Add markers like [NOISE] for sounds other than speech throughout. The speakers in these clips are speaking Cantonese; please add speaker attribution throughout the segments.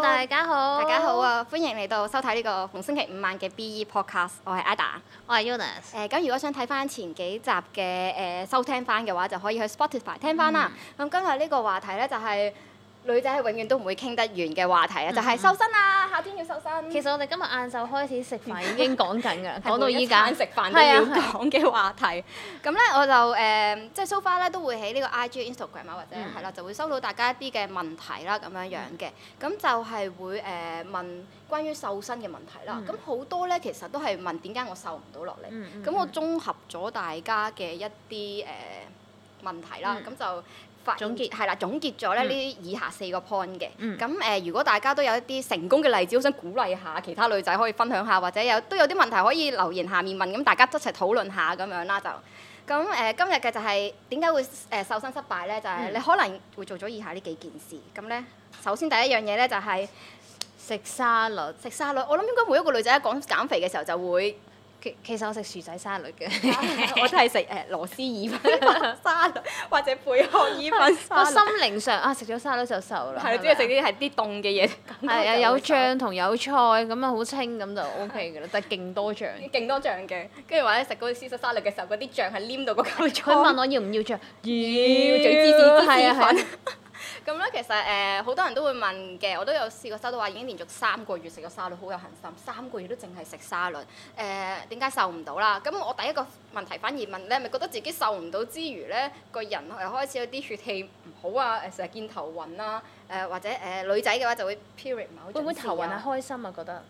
Speaker 1: 大家好，
Speaker 2: 大家好，啊！歡迎嚟到收睇呢個逢星期五晚嘅 BE Podcast，我係 Ada。
Speaker 1: 我係 Eunice，
Speaker 2: 誒咁如果想睇翻前幾集嘅誒、呃收聽翻嘅話，就可以去 Spotify 聽翻啦。咁、今日呢個話題咧就係、女仔係永遠都唔會傾得完嘅話題啊，就係瘦身啊，夏天要瘦身。
Speaker 1: 其實我哋今日晏晝開始食飯已經講緊㗎，
Speaker 2: 係
Speaker 1: 講到
Speaker 2: 每一
Speaker 1: 依家
Speaker 2: 餐食飯都
Speaker 1: 係啊
Speaker 2: 要
Speaker 1: 係啊
Speaker 2: 講嘅話題。咁咧我就誒、即係 so far 咧都會喺呢個 IG、Instagram 啊，或者
Speaker 1: 嗯
Speaker 2: 係啦、就會收到大家一啲嘅問題啦，咁樣樣嘅。咁就係會誒、問關於瘦身嘅問題啦。
Speaker 1: 嗯
Speaker 2: 咁好、多咧其實都係問點解我瘦唔到落嚟。
Speaker 1: 嗯嗯
Speaker 2: 咁、我綜合咗大家嘅一啲誒、問題啦，咁、
Speaker 1: 嗯
Speaker 2: 就。發現
Speaker 1: 總結
Speaker 2: 係啦，總結咗咧
Speaker 1: 嗯
Speaker 2: 呢以下四個 point 嘅。咁誒、呃
Speaker 1: 嗯
Speaker 2: 如果大家都有一啲成功嘅例子，好想鼓勵下其他女仔可以分享下，或者有都有啲問題可以留言下面問，咁大家一齊討論下咁樣啦就。咁誒、呃今日嘅就係點解會誒、呃瘦身失敗咧？就係、
Speaker 1: 嗯
Speaker 2: 你可能會做咗以下呢幾件事。咁咧，首先第一樣嘢咧就係、
Speaker 1: 食沙律，
Speaker 2: 食沙律。我諗應該每一個女仔一講減肥嘅時候就
Speaker 1: [LAUGHS]
Speaker 2: 會。啊
Speaker 1: 其其實我食薯仔沙律嘅，
Speaker 2: 我都係食誒螺絲
Speaker 1: [LAUGHS]
Speaker 2: 意粉沙律，或者貝殼意粉
Speaker 1: 個
Speaker 2: 沙律
Speaker 1: 心。靈上啊食咗沙律就瘦啦，
Speaker 2: 係
Speaker 1: 咪
Speaker 2: 即係食啲係啲凍嘅嘢。
Speaker 1: 係啊有醬同有菜咁啊好清咁就 OK 㗎 [LAUGHS] 啦，但係勁多醬。
Speaker 2: 勁多醬嘅，跟住或者食嗰啲絲質沙律嘅時候，嗰啲醬係黏到個嚿
Speaker 1: 佢問
Speaker 2: 瘡，
Speaker 1: 我要唔要醬，要
Speaker 2: 要
Speaker 1: 最
Speaker 2: 嘴芝士芝
Speaker 1: 係啊
Speaker 2: 士
Speaker 1: 係啊
Speaker 2: 粉。咁咧其實誒好多人都會問嘅，我都有試過收到話已經連續三個月食咗沙律，好有恒心，三個月都淨係食沙律，誒點解瘦唔到啦？咁我第一個問題反而問你係咪覺得自己瘦唔到之餘咧，個人係開始有啲血氣唔好啊，誒成日見頭暈啦、誒、或者誒、女仔嘅話就會 period 唔係好準時
Speaker 1: 會唔會頭暈啊？開心啊？覺得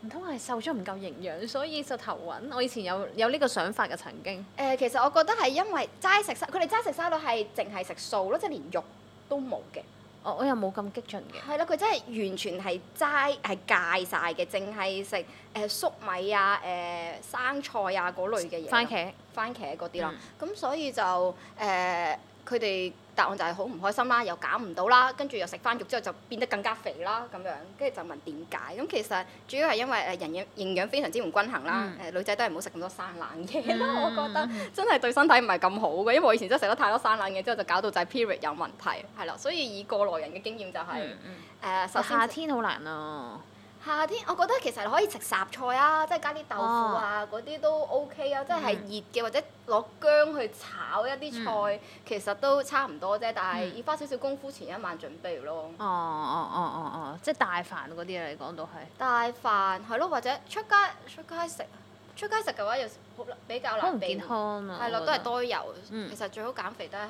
Speaker 1: 唔通係瘦咗唔夠營養，所以就頭暈？我以前有有呢個想法嘅曾經。
Speaker 2: 誒、其實我覺得係因為齋食沙，佢哋齋食沙律係淨係食素咯，即係連肉都冇嘅。
Speaker 1: 我我又冇咁激進嘅。
Speaker 2: 係啦，佢真係完全係齋係戒晒嘅，淨係食誒粟米啊、誒、生菜啊嗰類嘅嘢咯。
Speaker 1: 番茄，
Speaker 2: 番茄嗰啲啦。
Speaker 1: 嗯
Speaker 2: 咁、所以就誒，呃佢、哋答案就係好唔開心啦，又減唔到啦，跟住又食翻肉之後就變得更加肥啦咁樣，跟住就問點解？咁其實主要係因為誒人養營養非常之唔均衡啦。誒、
Speaker 1: 嗯
Speaker 2: 女仔都係唔好食咁多生冷嘢啦，
Speaker 1: 嗯
Speaker 2: 我覺得真係對身體唔係咁好嘅，因為我以前真係食得太多生冷嘢之後就搞到就係 period 有問題，係啦。所以以過來人嘅經驗就係、
Speaker 1: 嗯嗯
Speaker 2: 誒，首
Speaker 1: 但
Speaker 2: 先
Speaker 1: 夏天好難啊。
Speaker 2: 夏天，我覺得其實可以食雜菜啊，即係加啲豆腐啊嗰啲都 OK 啊，即係
Speaker 1: 嗯
Speaker 2: 熱嘅或者攞薑去炒一啲菜，其實都差唔多啫。但係
Speaker 1: 嗯
Speaker 2: 要花少少功夫前一晚準備咯。
Speaker 1: 哦哦哦哦哦，即係大飯嗰啲啊！你講到係，
Speaker 2: 大飯係咯，或者出街出街食，出街食嘅話又好比較
Speaker 1: 好
Speaker 2: 難
Speaker 1: 唔
Speaker 2: 避
Speaker 1: 健
Speaker 2: 免。
Speaker 1: 康啊。
Speaker 2: 係
Speaker 1: 我
Speaker 2: 咯，都
Speaker 1: 覺
Speaker 2: 係
Speaker 1: 得
Speaker 2: 多油。
Speaker 1: 嗯
Speaker 2: 其實最好減肥都係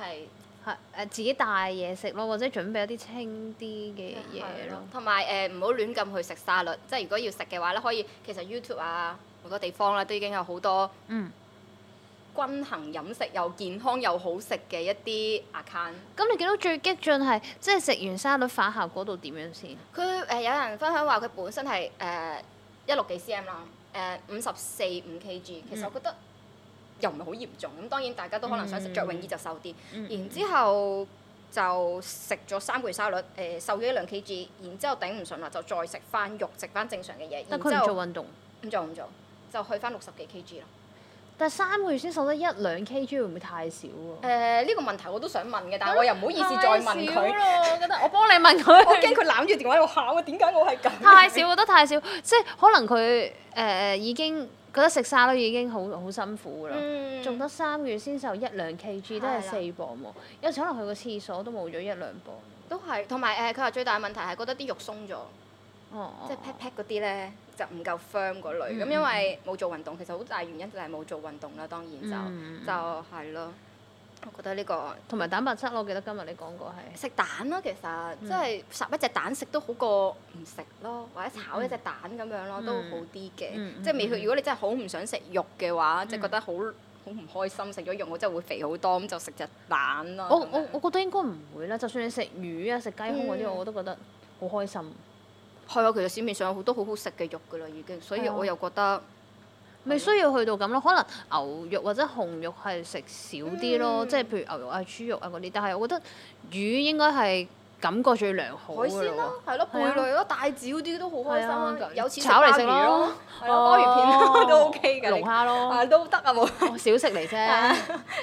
Speaker 1: 係誒自己帶嘢食咯，或者準備一啲清啲嘅
Speaker 2: 啊
Speaker 1: 嘢咯。
Speaker 2: 同埋誒唔好亂咁去食沙律。即係如果要食嘅話咧，可以其實 YouTube 啊好多地方啦，都已經有好多。
Speaker 1: 嗯，
Speaker 2: 均衡飲食又健康又好食嘅一啲 account。
Speaker 1: 咁你見到最激進係即係食完沙律反效果到點樣先？
Speaker 2: 佢誒、有人分享話佢本身係誒一六幾 cm 啦，誒五十四五 kg，其實我覺得又唔係好嚴重。咁當然大家都可能想食
Speaker 1: 嗯
Speaker 2: 着泳衣就瘦啲，
Speaker 1: 嗯
Speaker 2: 然之後。就食咗三個月沙律，誒、瘦咗一兩 kg，然之後頂唔順啦，就再食翻肉，食翻正常嘅嘢，
Speaker 1: 但
Speaker 2: 然
Speaker 1: 佢
Speaker 2: 之
Speaker 1: 唔
Speaker 2: 後
Speaker 1: 做運動。
Speaker 2: 唔做啊哦唔做，就去翻六十幾 kg 啦。
Speaker 1: 但三個月先瘦得一兩 kg 會唔會太少
Speaker 2: 誒、
Speaker 1: 喎？
Speaker 2: 呃呢、個問題我都想問嘅，但係我又唔好意思再
Speaker 1: 太
Speaker 2: 問
Speaker 1: 少
Speaker 2: 佢，
Speaker 1: 咯我覺
Speaker 2: [LAUGHS]
Speaker 1: 得我幫你問佢。
Speaker 2: 我驚佢攬住電話喺度喊啊！點解我係咁？
Speaker 1: 太少，我覺得太少，即係可能佢誒、已經覺得食沙律已經好好辛苦啦。
Speaker 2: 嗯
Speaker 1: 仲得三個月先瘦一兩 kg，都係
Speaker 2: 係啦
Speaker 1: 四磅喎。有時可能去個廁所都冇咗一兩磅。
Speaker 2: 都係，同埋誒，佢話最大嘅問題係覺得啲肉鬆咗，
Speaker 1: 哦，
Speaker 2: 即係
Speaker 1: 哦
Speaker 2: pat pat 嗰啲咧就唔夠 firm 嗰類。咁、
Speaker 1: 嗯
Speaker 2: 因為冇做運動，其實好大原因就係冇做運動啦。當然就、
Speaker 1: 嗯
Speaker 2: 就係咯，我覺得呢、個
Speaker 1: 同埋蛋白質咯，我記得今日你講過係。
Speaker 2: 食蛋啦，其實
Speaker 1: 嗯
Speaker 2: 即係十一隻蛋食都好過唔食咯，或者炒一隻蛋咁樣咯，
Speaker 1: 嗯
Speaker 2: 都好啲嘅。
Speaker 1: 嗯嗯
Speaker 2: 即係未去，
Speaker 1: 嗯
Speaker 2: 如果你真係好唔想食肉嘅話，即係
Speaker 1: 嗯
Speaker 2: 覺得好好唔開心，食咗肉我真係會肥好多，咁就食隻蛋啦。
Speaker 1: 我
Speaker 2: 咁
Speaker 1: 我
Speaker 2: 樣
Speaker 1: 我覺得應該唔會啦，就算你食魚啊、食雞胸嗰啲，
Speaker 2: 嗯
Speaker 1: 我都覺得好開心。
Speaker 2: 係啊，其實市面上有好多好好食嘅肉㗎啦，已經，所以
Speaker 1: 係啊
Speaker 2: 我又覺得
Speaker 1: 未需要去到咁咯，可能牛肉或者紅肉係食少啲咯，
Speaker 2: 嗯
Speaker 1: 即係譬如牛肉啊、豬肉啊嗰啲。但係我覺得魚應該係感覺最良好
Speaker 2: 海
Speaker 1: 㗎
Speaker 2: 鮮
Speaker 1: 咯
Speaker 2: 咯，係咯，貝類咯，大條啲都好開心啊
Speaker 1: 啊係啊！
Speaker 2: 有錢食
Speaker 1: 炒嚟食
Speaker 2: 鮑魚
Speaker 1: 咯
Speaker 2: 咯，係咯，鮑魚片咯
Speaker 1: 哦
Speaker 2: 都 [LAUGHS] OK
Speaker 1: 喎，
Speaker 2: 嘅。
Speaker 1: 龍蝦咯，
Speaker 2: 啊都得啊冇。 [LAUGHS]
Speaker 1: 哦小食嚟啫。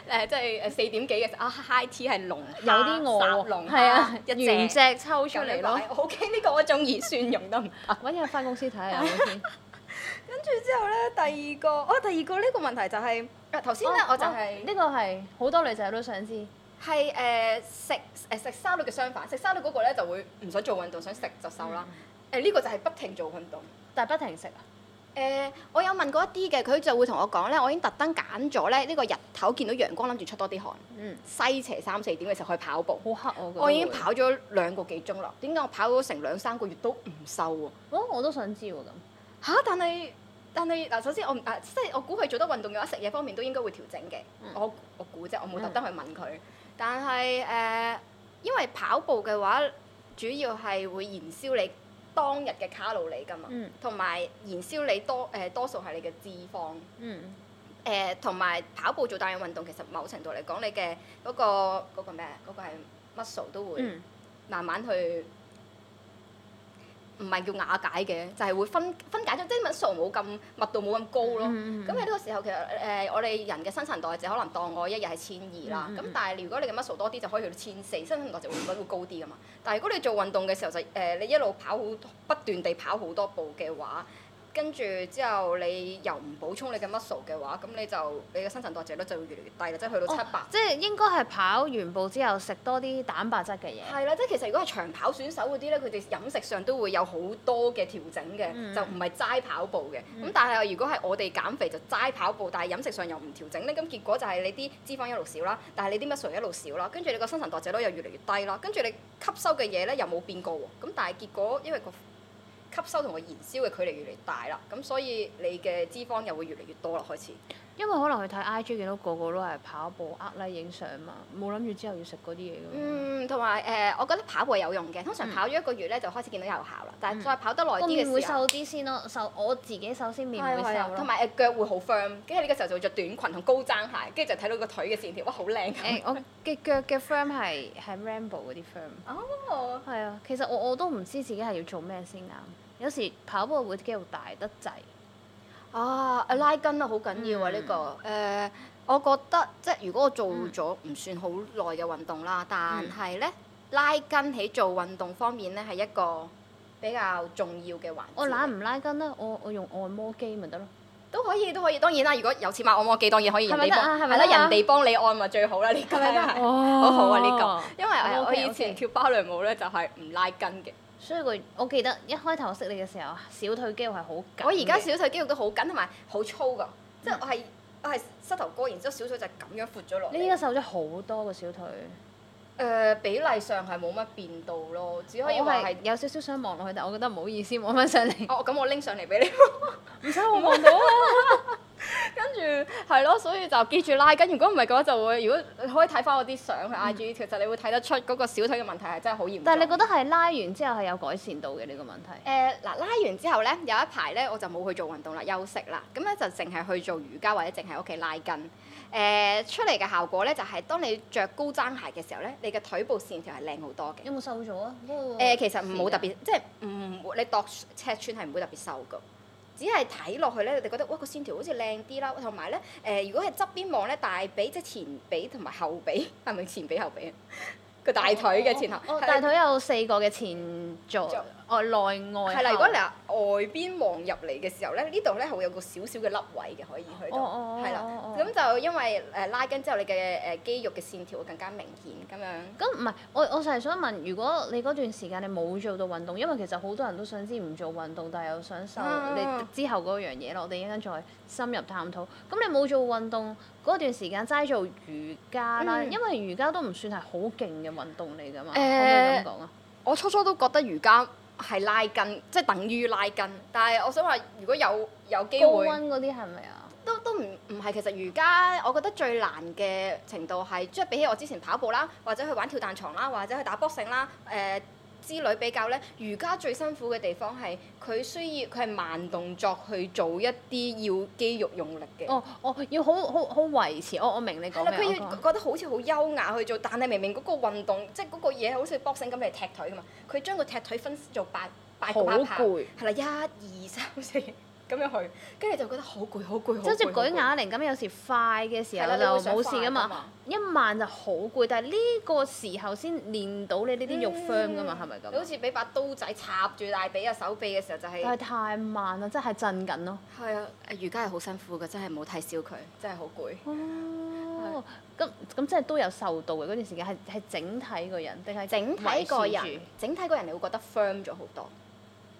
Speaker 2: 誒即係誒四點幾嘅時候啊，high tea 係龍蝦
Speaker 1: 有啲
Speaker 2: 殺
Speaker 1: 餓
Speaker 2: 龍
Speaker 1: 喎，係啊
Speaker 2: 蝦，一
Speaker 1: 原
Speaker 2: 隻
Speaker 1: 隻抽出
Speaker 2: 咁
Speaker 1: 嚟
Speaker 2: 樣
Speaker 1: 咯
Speaker 2: 擺。我 OK，呢個我中意，蒜蓉得唔得？
Speaker 1: 揾日翻公司睇
Speaker 2: 啊
Speaker 1: 下先。
Speaker 2: 跟住之後咧，第二個哦，第二個呢個問題就係啊頭
Speaker 1: 哦
Speaker 2: 先咧，我就係
Speaker 1: 呢個係好多女仔都想知。
Speaker 2: 係誒食誒食沙律嘅相反，食沙律嗰個咧就會唔想做運動，想食就瘦啦。誒呢個就係不停做運動。
Speaker 1: 但係不停食啊！
Speaker 2: 誒、我有問過一啲嘅，佢就會同我講咧，我已經特登揀咗咧呢個日頭見到陽光，諗住出多啲汗，
Speaker 1: 嗯，
Speaker 2: 西斜三四點嘅時候去跑步。
Speaker 1: 好黑我覺得
Speaker 2: 我已經
Speaker 1: 會，
Speaker 2: 跑咗兩個幾鐘啦，點解我跑咗成兩三個月都唔瘦啊喎？
Speaker 1: 哦，我都想知喎咁。
Speaker 2: 嚇！但係但係嗱，首先我唔啊，即係我估佢做得運動嘅話，食嘢方面都應該會調整嘅、
Speaker 1: 嗯
Speaker 2: 我我估啫，我冇特登去問佢。但係誒、呃因為跑步嘅話，主要係會燃燒你當日嘅卡路里㗎嘛，
Speaker 1: 嗯
Speaker 2: 同埋、燃燒你多誒、呃多數係你嘅脂肪。
Speaker 1: 嗯，
Speaker 2: 誒同埋跑步做大量運動，其實某程度嚟講，你嘅嗰、個嗰、個咩啊？嗰、個係 muscle 都會
Speaker 1: 嗯
Speaker 2: 慢慢去，唔係叫瓦解嘅，就係、會分分解咗，即係 muscle 冇咁密度冇咁高咯。
Speaker 1: 嗯嗯嗯
Speaker 2: 咁喺呢個時候，其實誒、呃我哋人嘅新陳代謝可能當我一日係千二啦，
Speaker 1: 嗯嗯
Speaker 2: 咁、
Speaker 1: 嗯
Speaker 2: 但係如果你嘅 muscle 多啲，就可以去到千四，新陳代謝會會高啲噶嘛。但係如果你做運動嘅時候就誒、呃你一路跑好不斷地跑好多步嘅話，跟住之後你又唔補充你嘅 muscle 嘅話，咁你就你嘅新陳代謝率就會越嚟越低啦，即係去到
Speaker 1: 哦
Speaker 2: 七百。
Speaker 1: 即係應該係跑完步之後食多啲蛋白質嘅嘢。
Speaker 2: 係啦，即係其實如果係長跑選手嗰啲咧，佢哋飲食上都會有好多嘅調整嘅，
Speaker 1: 嗯
Speaker 2: 就唔係齋跑步嘅。咁、但係如果係我哋減肥就齋跑步，但係飲食上又唔調整咧，咁結果就係你啲脂肪一路少啦，但係你啲 muscle 一路少啦，跟住你個新陳代謝率又越嚟越低啦，跟住你吸收嘅嘢咧又冇變過喎。咁但係結果因為個吸收同個燃燒嘅距離越嚟越大啦，咁所以你嘅脂肪又會越嚟越多啦開始。
Speaker 1: 因為可能去睇 IG 見到個個都係跑步、呃啦、影相嘛，冇諗住之後要食嗰啲嘢㗎嘛。
Speaker 2: 嗯，同埋誒，我覺得跑步係有用嘅，通常
Speaker 1: 嗯
Speaker 2: 跑咗一個月咧就開始見到有效啦，但係
Speaker 1: 嗯
Speaker 2: 再跑得耐啲
Speaker 1: 個面
Speaker 2: 嘅
Speaker 1: 會
Speaker 2: 時候。
Speaker 1: 瘦啲先咯，瘦我自己首先面會
Speaker 2: 係
Speaker 1: 瘦
Speaker 2: 啊
Speaker 1: 咯。
Speaker 2: 同埋誒腳會好 firm，跟住呢個時候就會着短裙同高踭鞋，跟住就睇到個腿嘅線條，哇好靚！啊
Speaker 1: 誒、我嘅腳嘅 firm 係係 Rambo 嗰啲 firm。
Speaker 2: 哦，
Speaker 1: 係啊，其實我我都唔知自己係要做咩先啱。有時跑步會肌肉大得滯，
Speaker 2: 啊拉筋啊好緊要啊
Speaker 1: 嗯
Speaker 2: 呢個誒，我覺得即係如果我做咗唔算好耐嘅運動啦，但係咧拉筋喺做運動方面咧係一個比較重要嘅環節。
Speaker 1: 我懶唔拉筋咧，我我用按摩機咪得咯。
Speaker 2: 都可以都可以，當然啦，如果有錢買按摩機，當然可以人
Speaker 1: 係
Speaker 2: 哋
Speaker 1: 咪得啊
Speaker 2: 幫，
Speaker 1: 係咪
Speaker 2: 係
Speaker 1: 得
Speaker 2: 啦，
Speaker 1: 啊
Speaker 2: 人哋幫你按咪最好啦，呢個係
Speaker 1: 哦
Speaker 2: [LAUGHS] 好好啊呢
Speaker 1: [LAUGHS]
Speaker 2: 個。因為誒
Speaker 1: 哦
Speaker 2: 我
Speaker 1: OK，
Speaker 2: 以前
Speaker 1: OK
Speaker 2: 跳芭蕾舞咧就係唔拉筋嘅。
Speaker 1: 所以佢我記得一開頭識你嘅時候，小腿肌肉係好緊嘅。
Speaker 2: 我而家小腿肌肉都好緊，同埋好粗噶，即係我係我係膝頭哥，然之後小腿就係咁樣闊咗落嚟。
Speaker 1: 你依家瘦咗好多個小腿，
Speaker 2: 誒、比例上係冇乜變到咯，只可以話
Speaker 1: 我
Speaker 2: 係
Speaker 1: 係有少少想望落去，但我覺得唔好意思望翻上嚟。
Speaker 2: 哦咁，我拎上嚟俾你。
Speaker 1: 唔使我望到啊！
Speaker 2: [LAUGHS] 跟住係咯，所以就記住拉筋。如果唔係嘅話，就會如果你可以睇翻我啲相去 IG，、其實你會睇得出嗰個小腿嘅問題係真係好嚴重。
Speaker 1: [LAUGHS] 但係你覺得係拉完之後係有改善到嘅呢個問題？
Speaker 2: 誒嗱、拉完之後咧，有一排咧我就冇去做運動啦，休息啦，咁咧就淨係去做瑜伽或者淨係屋企拉筋。誒、出嚟嘅效果咧就係、當你着高踭鞋嘅時候咧，你嘅腿部線條係靚好多嘅。
Speaker 1: 有冇瘦咗啊？
Speaker 2: 誒、其實冇特別，即係唔會你度尺寸係唔會特別瘦噶，只係睇落去咧，你哋覺得哇個線條好似靚啲啦，同埋咧誒，如果係側邊望咧，大髀即係前髀同埋後髀，係咪前髀後髀啊？個大腿嘅前後，
Speaker 1: 哦
Speaker 2: 係
Speaker 1: 大腿有四個嘅前座
Speaker 2: 座，
Speaker 1: 哦內外。
Speaker 2: 係啦，如果你話外邊望入嚟嘅時候咧，呢度咧係會有個少少嘅凹位嘅，可以去到，
Speaker 1: 哦哦哦
Speaker 2: 係啦、
Speaker 1: 哦哦
Speaker 2: 咁就因為誒、拉筋之後，你嘅誒、肌肉嘅線條會更加明顯咁樣。
Speaker 1: 咁唔係，我我就係想問，如果你嗰段時間你冇做到運動，因為其實好多人都想知唔做運動，但係又想瘦，
Speaker 2: 嗯
Speaker 1: 你之後嗰樣嘢咯，我哋一陣間再深入探討。咁你冇做運動嗰段時間，齋做瑜伽啦，
Speaker 2: 嗯
Speaker 1: 因為瑜伽都唔算係好勁嘅運動嚟㗎嘛，可唔可以
Speaker 2: 誒
Speaker 1: 咁講啊？
Speaker 2: 我初初都覺得瑜伽係拉筋，即係等於拉筋。但係我想話，如果有有機
Speaker 1: 高
Speaker 2: 會，
Speaker 1: 温嗰啲係咪啊？
Speaker 2: 都都唔唔係。其實瑜伽我覺得最難嘅程度係，即係比起我之前跑步啦，或者去玩跳彈床啦，或者去打 boxing 啦，誒、之旅比較咧，瑜伽最辛苦嘅地方係佢需要佢係慢動作去做一啲要肌肉用力嘅。
Speaker 1: 哦，我要好好好維持，我我明你
Speaker 2: 係
Speaker 1: 講
Speaker 2: 啦，
Speaker 1: 咩。
Speaker 2: 佢
Speaker 1: 我
Speaker 2: 要
Speaker 1: 講啊
Speaker 2: 覺得好似好優雅去做，但係明明嗰個運動，即係嗰個嘢好似 boxing 咁，你係踢腿噶嘛，佢將個踢腿分做八八個
Speaker 1: 好
Speaker 2: 八拍，
Speaker 1: 攰
Speaker 2: 係啦，一二三四 [LAUGHS] 咁樣去，跟住就覺得好攰，好攰，
Speaker 1: 即係好似
Speaker 2: 好攰
Speaker 1: 舉啞鈴咁，有時快嘅時
Speaker 2: 係
Speaker 1: 候
Speaker 2: 啦你
Speaker 1: 就
Speaker 2: 會想
Speaker 1: 冇事噶
Speaker 2: 快㗎嘛
Speaker 1: 嘛，一慢就好攰，但係呢個時候先練到你呢啲肉 firm 噶嘛，係咪
Speaker 2: 嗯你好
Speaker 1: 咁？啊
Speaker 2: 似俾把刀仔插住大髀啊手臂嘅時候就係、
Speaker 1: 但係太慢啦，真係震緊咯。
Speaker 2: 係啊，誒瑜伽係好辛苦嘅，真係冇睇小佢，真係好攰。
Speaker 1: 哦，咁咁即係都有瘦到嘅嗰段時間，係係整體個人定係
Speaker 2: 整體個
Speaker 1: 維持
Speaker 2: 人
Speaker 1: 住，
Speaker 2: 整體個人你會覺得 firm 咗好多，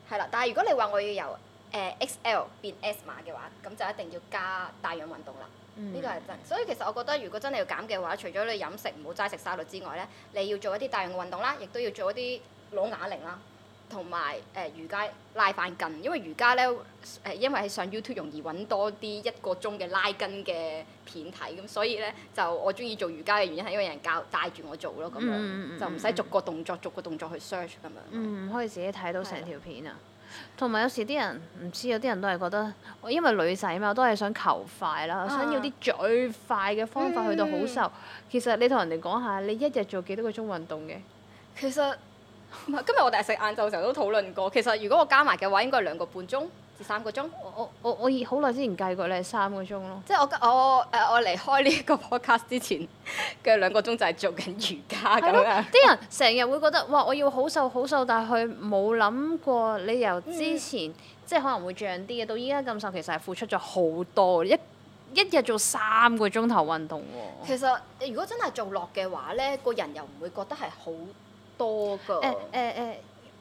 Speaker 2: 係啦。但係如果你話我要由誒、呃 XL 變 S 碼嘅話，咁就一定要加帶氧運動啦。
Speaker 1: 嗯
Speaker 2: 呢個係真，所以其實我覺得如果真係要減嘅話，除咗你飲食唔好齋食沙律之外咧，你要做一啲大量嘅運動啦，亦都要做一啲攞啞鈴啦，同埋誒瑜伽拉翻筋，因為瑜伽咧誒、呃因為喺上 YouTube 容易揾多啲一個鐘嘅拉筋嘅片睇，咁所以咧就我中意做瑜伽嘅原因係因為有人教帶住我做咯，咁樣、
Speaker 1: 嗯嗯嗯嗯
Speaker 2: 就唔使逐個動作逐個動作去 search 咁樣。
Speaker 1: 嗯，可以自己睇到成條片啊。同埋有時啲人唔知，有啲人都係覺得，我因為女仔嘛，都係想求快啦，想要啲最快嘅方法去到好瘦。其實你同人哋講下，你一日做幾多個鐘運動嘅？
Speaker 2: 其實唔係今日我哋係食晏晝嘅時候都討論過，其實如果我加埋嘅話，應該係兩個半鐘至三個鐘。
Speaker 1: 我我我我好耐之前計過，你係三個鐘咯。
Speaker 2: 即係我今我誒、我離開呢一個 [LAUGHS] podcast 之前嘅兩個鐘就係做緊瑜伽咁
Speaker 1: 係咯，
Speaker 2: 樣。
Speaker 1: 啲人成日會覺得哇，我要好瘦好瘦，但係佢冇諗過你由之
Speaker 2: 嗯
Speaker 1: 前、即係可能會漲啲嘅，到依家咁瘦，其實係付出咗好多，一一日做三個鐘頭運動喎。
Speaker 2: 其實如果真係做落嘅話咧，個人又唔會覺得係好多
Speaker 1: 誒
Speaker 2: 㗎。
Speaker 1: 誒誒，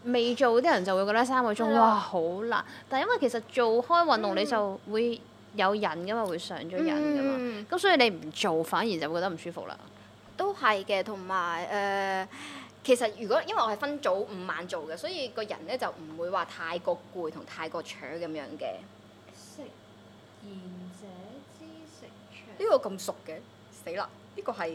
Speaker 1: 未做啲人就會覺得三個
Speaker 2: 係
Speaker 1: 鐘
Speaker 2: 啦
Speaker 1: 哇好難，但係因為其實做開運動
Speaker 2: 嗯
Speaker 1: 你就會有癮噶嘛，會上咗癮噶嘛，
Speaker 2: 嗯
Speaker 1: 咁、所以你唔做反而就會覺得唔舒服啦。
Speaker 2: 都係嘅，同埋誒。其實如果因為我係分早午晚做嘅，所以個人咧就唔會話太過攰同太過扯咁樣嘅。
Speaker 1: 食賢者之食
Speaker 2: 呢個咁熟嘅，死啦！呢個係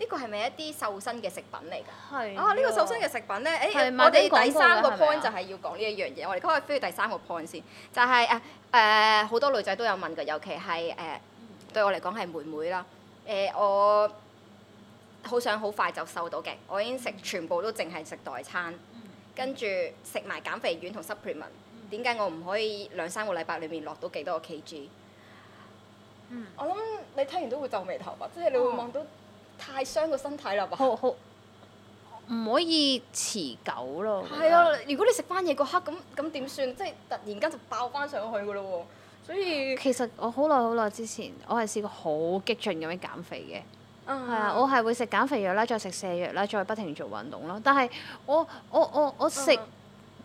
Speaker 2: 呢個係咪一啲瘦身嘅食品嚟㗎？
Speaker 1: 係
Speaker 2: 啊！呢、個瘦身嘅食品咧，誒、我哋第三個 point 啊就係要講呢一樣嘢。我哋講下飛去第三個 point 先，就係誒誒好多女仔都有問嘅，尤其係誒、呃、對我嚟講係妹妹啦。誒、我好想好快就瘦到嘅，我已經食全部都淨係食代餐，跟住食埋減肥丸同 supplement。點解我唔可以兩三個禮拜裏面落到幾多個 kg？
Speaker 1: 嗯
Speaker 2: 我諗你聽完都會皺眉頭吧，即係你會
Speaker 1: 哦
Speaker 2: 望到太傷個身體啦吧。
Speaker 1: 好好唔可以持久咯。我覺
Speaker 2: 係
Speaker 1: 得
Speaker 2: 啊，如果你食翻嘢嗰刻咁咁點算？即係突然間就爆翻上去噶咯喎，所以
Speaker 1: 其實我好耐好耐之前，我係試過好激進咁樣減肥嘅。係啊，
Speaker 2: 啊
Speaker 1: 我係會食減肥藥啦，再食瀉藥啦，再不停做運動咯。但係我我我我食、
Speaker 2: 嗯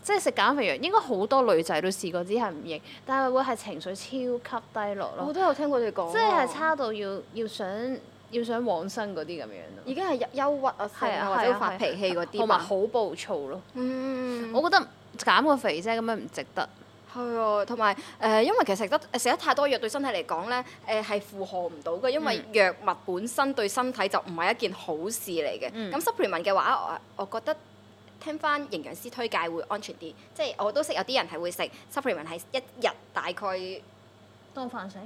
Speaker 1: 即係食減肥藥，應該好多女仔都試過，只係唔認，但係會係情緒超級低落
Speaker 2: 我
Speaker 1: 咯，
Speaker 2: 都有聽過你講，
Speaker 1: 即係差到要要想要想往生嗰啲咁樣咯，
Speaker 2: 已經係憂憂鬱啊，成
Speaker 1: 係啊
Speaker 2: 啊，或
Speaker 1: 係
Speaker 2: 者
Speaker 1: 啊
Speaker 2: 發脾氣嗰啲
Speaker 1: 同埋
Speaker 2: 嘛。
Speaker 1: 好暴躁咯。
Speaker 2: 嗯，
Speaker 1: 我覺得減個肥啫，咁樣唔值得。
Speaker 2: 係啊，同埋誒，因為其實食得食得太多藥對身體嚟講咧，誒係負荷唔到嘅，因為
Speaker 1: 嗯
Speaker 2: 藥物本身對身體就唔係一件好事嚟嘅。
Speaker 1: 嗯
Speaker 2: 咁 supplement 嘅話，我我覺得。聽翻營養師推介會安全啲，即係我都識有啲人係會食 supplement 係一日大概
Speaker 1: 當飯食，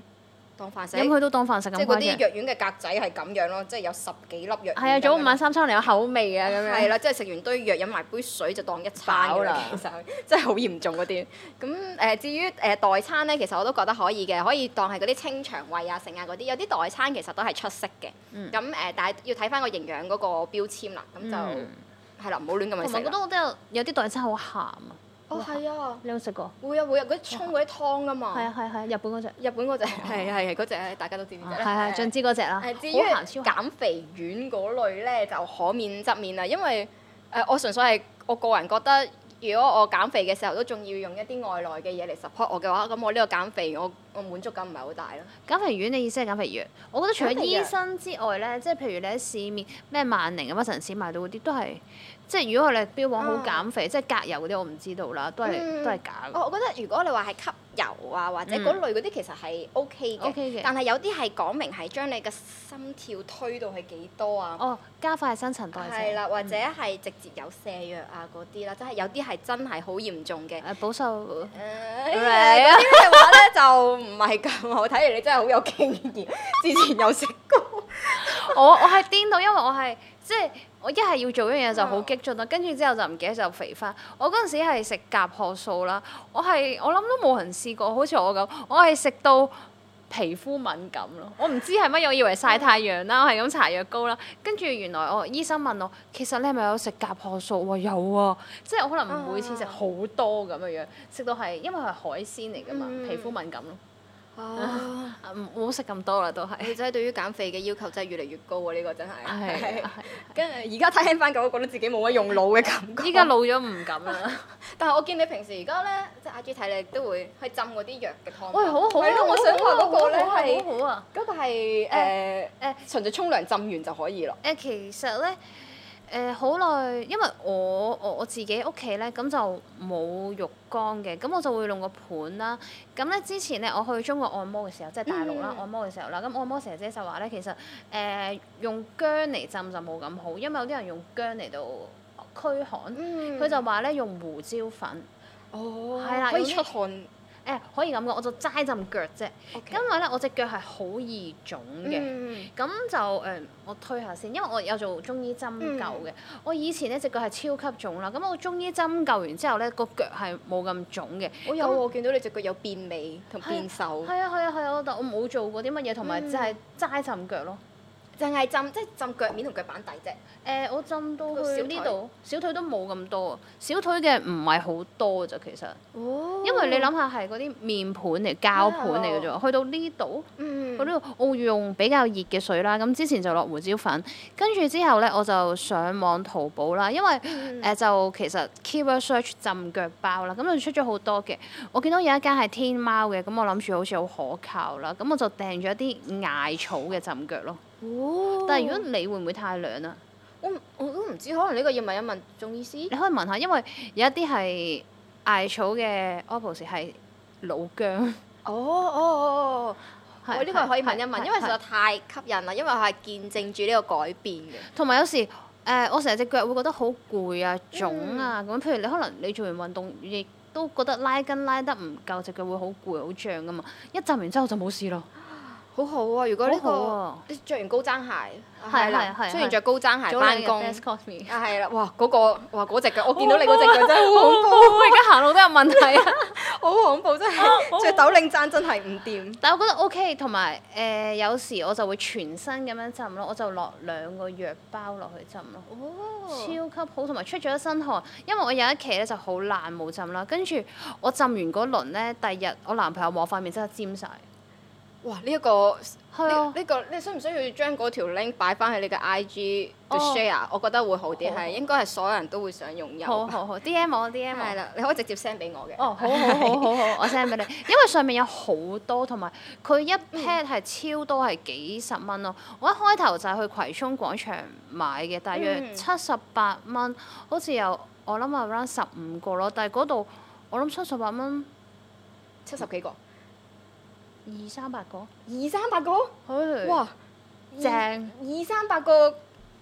Speaker 2: 當飯食
Speaker 1: 飲。佢都當飯食咁
Speaker 2: 即係嗰
Speaker 1: 誇
Speaker 2: 啲
Speaker 1: 張。
Speaker 2: 藥丸嘅格仔係咁樣咯，即係有十幾粒藥丸咁樣。
Speaker 1: 係啊，早午晚三餐嚟有口味啊，咁樣。
Speaker 2: 係啦，即係食完堆藥飲埋杯水就當一餐
Speaker 1: 飽
Speaker 2: 咁啦
Speaker 1: 啦。
Speaker 2: 其實真係好嚴重嗰啲。咁誒、呃至於誒、呃代餐咧，其實我都覺得可以嘅，可以當係嗰啲清腸胃啊、剩啊嗰啲。有啲代餐其實都係出色嘅。咁
Speaker 1: 嗯
Speaker 2: 誒、呃但係要睇翻個營養嗰個標籤啦。咁就
Speaker 1: 嗯
Speaker 2: 係啦，唔好亂咁去
Speaker 1: 同埋
Speaker 2: 食
Speaker 1: 覺
Speaker 2: 啦。
Speaker 1: 得我都有有啲代餐好鹹啊，
Speaker 2: 哦，係啊，
Speaker 1: 你有冇食過？
Speaker 2: 會啊會啊，嗰啲沖嗰啲湯啊嘛。哦
Speaker 1: 係啊係啊係啊，日本嗰只。哦
Speaker 2: 日本嗰只係係係嗰只，大家都知邊隻
Speaker 1: 嗯係啊係，
Speaker 2: 誒
Speaker 1: 盡知嗰只啦，好
Speaker 2: 誒，至於
Speaker 1: 鹹超鹹。
Speaker 2: 減肥丸嗰類咧，就可免則免啦，因為誒、呃我純粹係我個人覺得，如果我減肥嘅時候都仲要用一啲外來嘅嘢嚟 support 我嘅話，咁我呢個減肥我我滿足感唔係好大咯。
Speaker 1: 減肥丸，你意思係減肥藥？我覺得除
Speaker 2: 減
Speaker 1: 咗
Speaker 2: 肥藥
Speaker 1: 醫生之外咧，即係譬如你喺市面咩萬寧咁啊、神市買到嗰啲都係，即係如果佢哋標榜好
Speaker 2: 嗯
Speaker 1: 減肥，即係隔油嗰啲我唔知道啦，都係、
Speaker 2: 嗯
Speaker 1: 都係假嘅。
Speaker 2: 我我覺得如果你話係吸油啊或者嗰類嗰啲其實係 O K 嘅，
Speaker 1: OK 嘅
Speaker 2: 但係有啲係講明係將你嘅心跳推到去幾多啊？
Speaker 1: 哦，加快新陳代謝。
Speaker 2: 係啦，或者
Speaker 1: 誒、
Speaker 2: 係直接有瀉藥啊嗰啲啦，即係有啲係真係好嚴重嘅。
Speaker 1: 嗯保守。
Speaker 2: 誒嗰啲嘅話咧就唔係咁好，睇嚟你真係好有經驗，之前有食過。
Speaker 1: 我我係顛到，因為我係即係我一係要做一樣嘢就好激進啦，跟住之後就唔記得就肥翻。我嗰陣時係食甲殼素啦，我係我諗都冇人試過，好似我咁，我係食到皮膚敏感咯。我唔知係乜嘢，我以為曬太陽啦，我係咁搽藥膏啦，跟住原來我醫生問我，其實你係咪有食甲殼素？我話有啊，即係我可能每次食好多咁樣樣，食到係因為係海鮮嚟㗎嘛，
Speaker 2: 嗯
Speaker 1: 皮膚敏感咯。
Speaker 2: 哦，
Speaker 1: [LAUGHS] 啊唔好食咁多啦，都係。
Speaker 2: 女仔對於減肥嘅要求真係越嚟越高啊！呢個真係
Speaker 1: 係
Speaker 2: 係。跟住而家聽翻講，覺得自己冇乜用腦嘅感覺。 [LAUGHS]
Speaker 1: 依家老咗唔敢啦。
Speaker 2: 但係我見你平時而家咧，即係 IG 睇你都會去浸嗰啲藥嘅湯。
Speaker 1: 喂，好好啊
Speaker 2: 哦係咯，我想話嗰個咧
Speaker 1: 好啊
Speaker 2: 係
Speaker 1: 好啊。
Speaker 2: 嗰個係誒
Speaker 1: 誒
Speaker 2: 純粹沖涼浸完就可以咯。
Speaker 1: 誒，其實咧。誒好耐，因為我我我自己屋企咧，咁就冇浴缸嘅，咁我就會弄個盤啦。咁咧之前咧，我去中國按摩嘅時候，即係大陸啦，
Speaker 2: 嗯
Speaker 1: 按摩嘅時候啦，咁按摩姐姐就話咧，其實誒、用薑嚟浸就冇咁好，因為有啲人用薑嚟到驅寒，佢、
Speaker 2: 嗯
Speaker 1: 就話咧用胡椒粉，
Speaker 2: 哦，
Speaker 1: 係啦
Speaker 2: 可以
Speaker 1: 有啲
Speaker 2: 出汗。
Speaker 1: 誒、可以咁講，我就齋浸腳啫，
Speaker 2: 咁
Speaker 1: 因為咧我隻腳係好易腫嘅。
Speaker 2: 嗯
Speaker 1: 咁就誒、我推下先，因為我有做中醫針灸嘅。我以前咧隻腳係超級腫啦，咁我中醫針灸完之後咧，個腳係冇咁腫嘅。
Speaker 2: 我有我見到你隻腳有變美同變瘦，
Speaker 1: 係啊係啊係啊，但我冇做過啲乜嘢，同埋
Speaker 2: 嗯
Speaker 1: 就係齋浸腳咯。
Speaker 2: 淨係浸即係浸腳面同腳板底啫。
Speaker 1: 誒、我浸到
Speaker 2: 到小
Speaker 1: 去
Speaker 2: 腿
Speaker 1: 呢度，小腿都冇咁多啊，小腿嘅唔係好多咋其實，
Speaker 2: 哦
Speaker 1: 因為你，諗下係嗰啲面盤嚟、膠盤嚟嘅啫，去到呢度。
Speaker 2: 嗯
Speaker 1: 我呢度我會用比較熱嘅水啦，咁之前就落胡椒粉，跟住之後咧我就上網淘寶啦，因為誒、
Speaker 2: 嗯
Speaker 1: 呃就其實 keyword search 浸腳包啦，咁就出咗好多嘅。我見到有一間係天貓嘅，咁我諗住好似好可靠啦，咁我就訂咗一啲艾草嘅浸腳咯。
Speaker 2: 哦
Speaker 1: 但係如果你會唔會太涼啊？
Speaker 2: 我唔我都唔知，可能呢個要問一問中醫師。
Speaker 1: 你可以問下，因為有一啲係艾草嘅 opposite 係老薑。
Speaker 2: 哦哦哦。我呢個 [LAUGHS] 係可以問一問，因為實
Speaker 1: 係
Speaker 2: 在太吸引啦，因為我係見證住呢個改變嘅。
Speaker 1: 同埋有時誒、呃我成日隻腳會覺得好攰啊、腫啊
Speaker 2: 嗯
Speaker 1: 咁。譬如你可能你做完運動，亦都覺得拉筋拉得唔夠，隻腳會好攰、好脹噶嘛。一浸完之後就冇事咯。
Speaker 2: 好好啊！如果呢
Speaker 1: 好好啊
Speaker 2: 個你着完高踭鞋，啊
Speaker 1: 係
Speaker 2: 係啦
Speaker 1: 係係，
Speaker 2: 雖然着高踭鞋
Speaker 1: 早兩
Speaker 2: 翻
Speaker 1: 日
Speaker 2: 工，
Speaker 1: best cost [LAUGHS] me。
Speaker 2: 啊 [LAUGHS] 係啦，哇嗰個哇嗰隻腳，我見到你嗰隻腳真係好恐怖，啊
Speaker 1: 我而家行路都有問題啊！
Speaker 2: 好恐怖真 [LAUGHS] 係着斗領踭真係唔
Speaker 1: [LAUGHS]
Speaker 2: 掂。
Speaker 1: 但我覺得 OK，同埋誒有時我就會全身咁樣浸咯，我就落兩個藥包落去浸咯。超
Speaker 2: 哦，
Speaker 1: 級好，同埋出咗一身汗，因為我有一期咧就好懶冇浸啦，跟住我浸完嗰輪咧，第二日我男朋友摸塊面真係尖 [LAUGHS] 晒。
Speaker 2: 哇呢一個
Speaker 1: 係啊
Speaker 2: 呢，呢個你需唔需要將嗰條 link 擺翻喺你嘅 IG 度
Speaker 1: 哦
Speaker 2: share？我覺得會好啲，
Speaker 1: 好好
Speaker 2: 係應該係所有人都會想擁有。
Speaker 1: 好好好，D M 我 D M
Speaker 2: 係
Speaker 1: 我。
Speaker 2: 啦，你可以直接 send 俾我嘅。
Speaker 1: 哦，好好好好好，我 send 俾你，因為上面有好多，同埋佢一 pad 係超多，係幾十蚊咯。我一開頭就係去葵涌廣場買嘅，大約
Speaker 2: 嗯
Speaker 1: 七十八蚊，好似有我諗 around 十五個咯。但係嗰度我諗七十八蚊
Speaker 2: 七十幾個，
Speaker 1: 二三百個，
Speaker 2: 二三百個，
Speaker 1: 佢
Speaker 2: 哇！
Speaker 1: 正。
Speaker 2: 二三百個，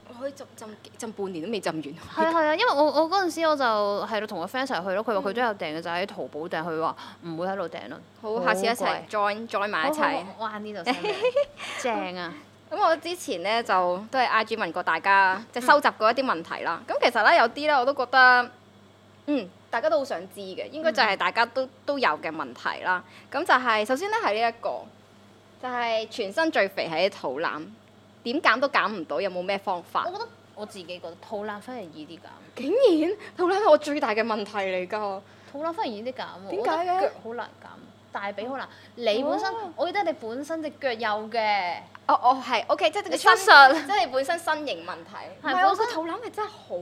Speaker 2: 我可以浸浸浸半年都未浸完。
Speaker 1: 係啊係啊，因為我我嗰陣時我就係咯同個 friend 一齊去咯，佢話佢都有訂嘅，就喺淘寶訂，佢話唔會喺度訂咯。
Speaker 2: 好，下次一
Speaker 1: 好貴
Speaker 2: 齊 join join 埋一
Speaker 1: 好好
Speaker 2: 齊。
Speaker 1: 好哇！呢度 send 俾你正啊！
Speaker 2: 咁我之前咧就都係 IG 問過大家，即係收集過一啲問題啦。咁其實咧有啲咧我都覺得，嗯，大家都好想知嘅，應該就係大家都都有嘅問題啦。咁就係首先咧係呢一個，就係全身最肥係啲肚腩，點減都減唔到，有冇咩方法
Speaker 1: 我？覺得我自己覺得肚腩反而易啲減，
Speaker 2: 哦竟然肚腩係我最大嘅問題嚟㗎。
Speaker 1: 肚腩反而易啲減喎。
Speaker 2: 點解嘅
Speaker 1: 我覺得腳好難減，大髀好難。你本身，
Speaker 2: 哦
Speaker 1: 我記得你本身隻腳有嘅，
Speaker 2: 哦哦係，OK，即係
Speaker 1: 你
Speaker 2: 個
Speaker 1: 出
Speaker 2: 身
Speaker 1: 術
Speaker 2: 即係本身身形問題。
Speaker 1: 係
Speaker 2: 唔
Speaker 1: 本
Speaker 2: 係我
Speaker 1: 身
Speaker 2: 個肚腩係真係好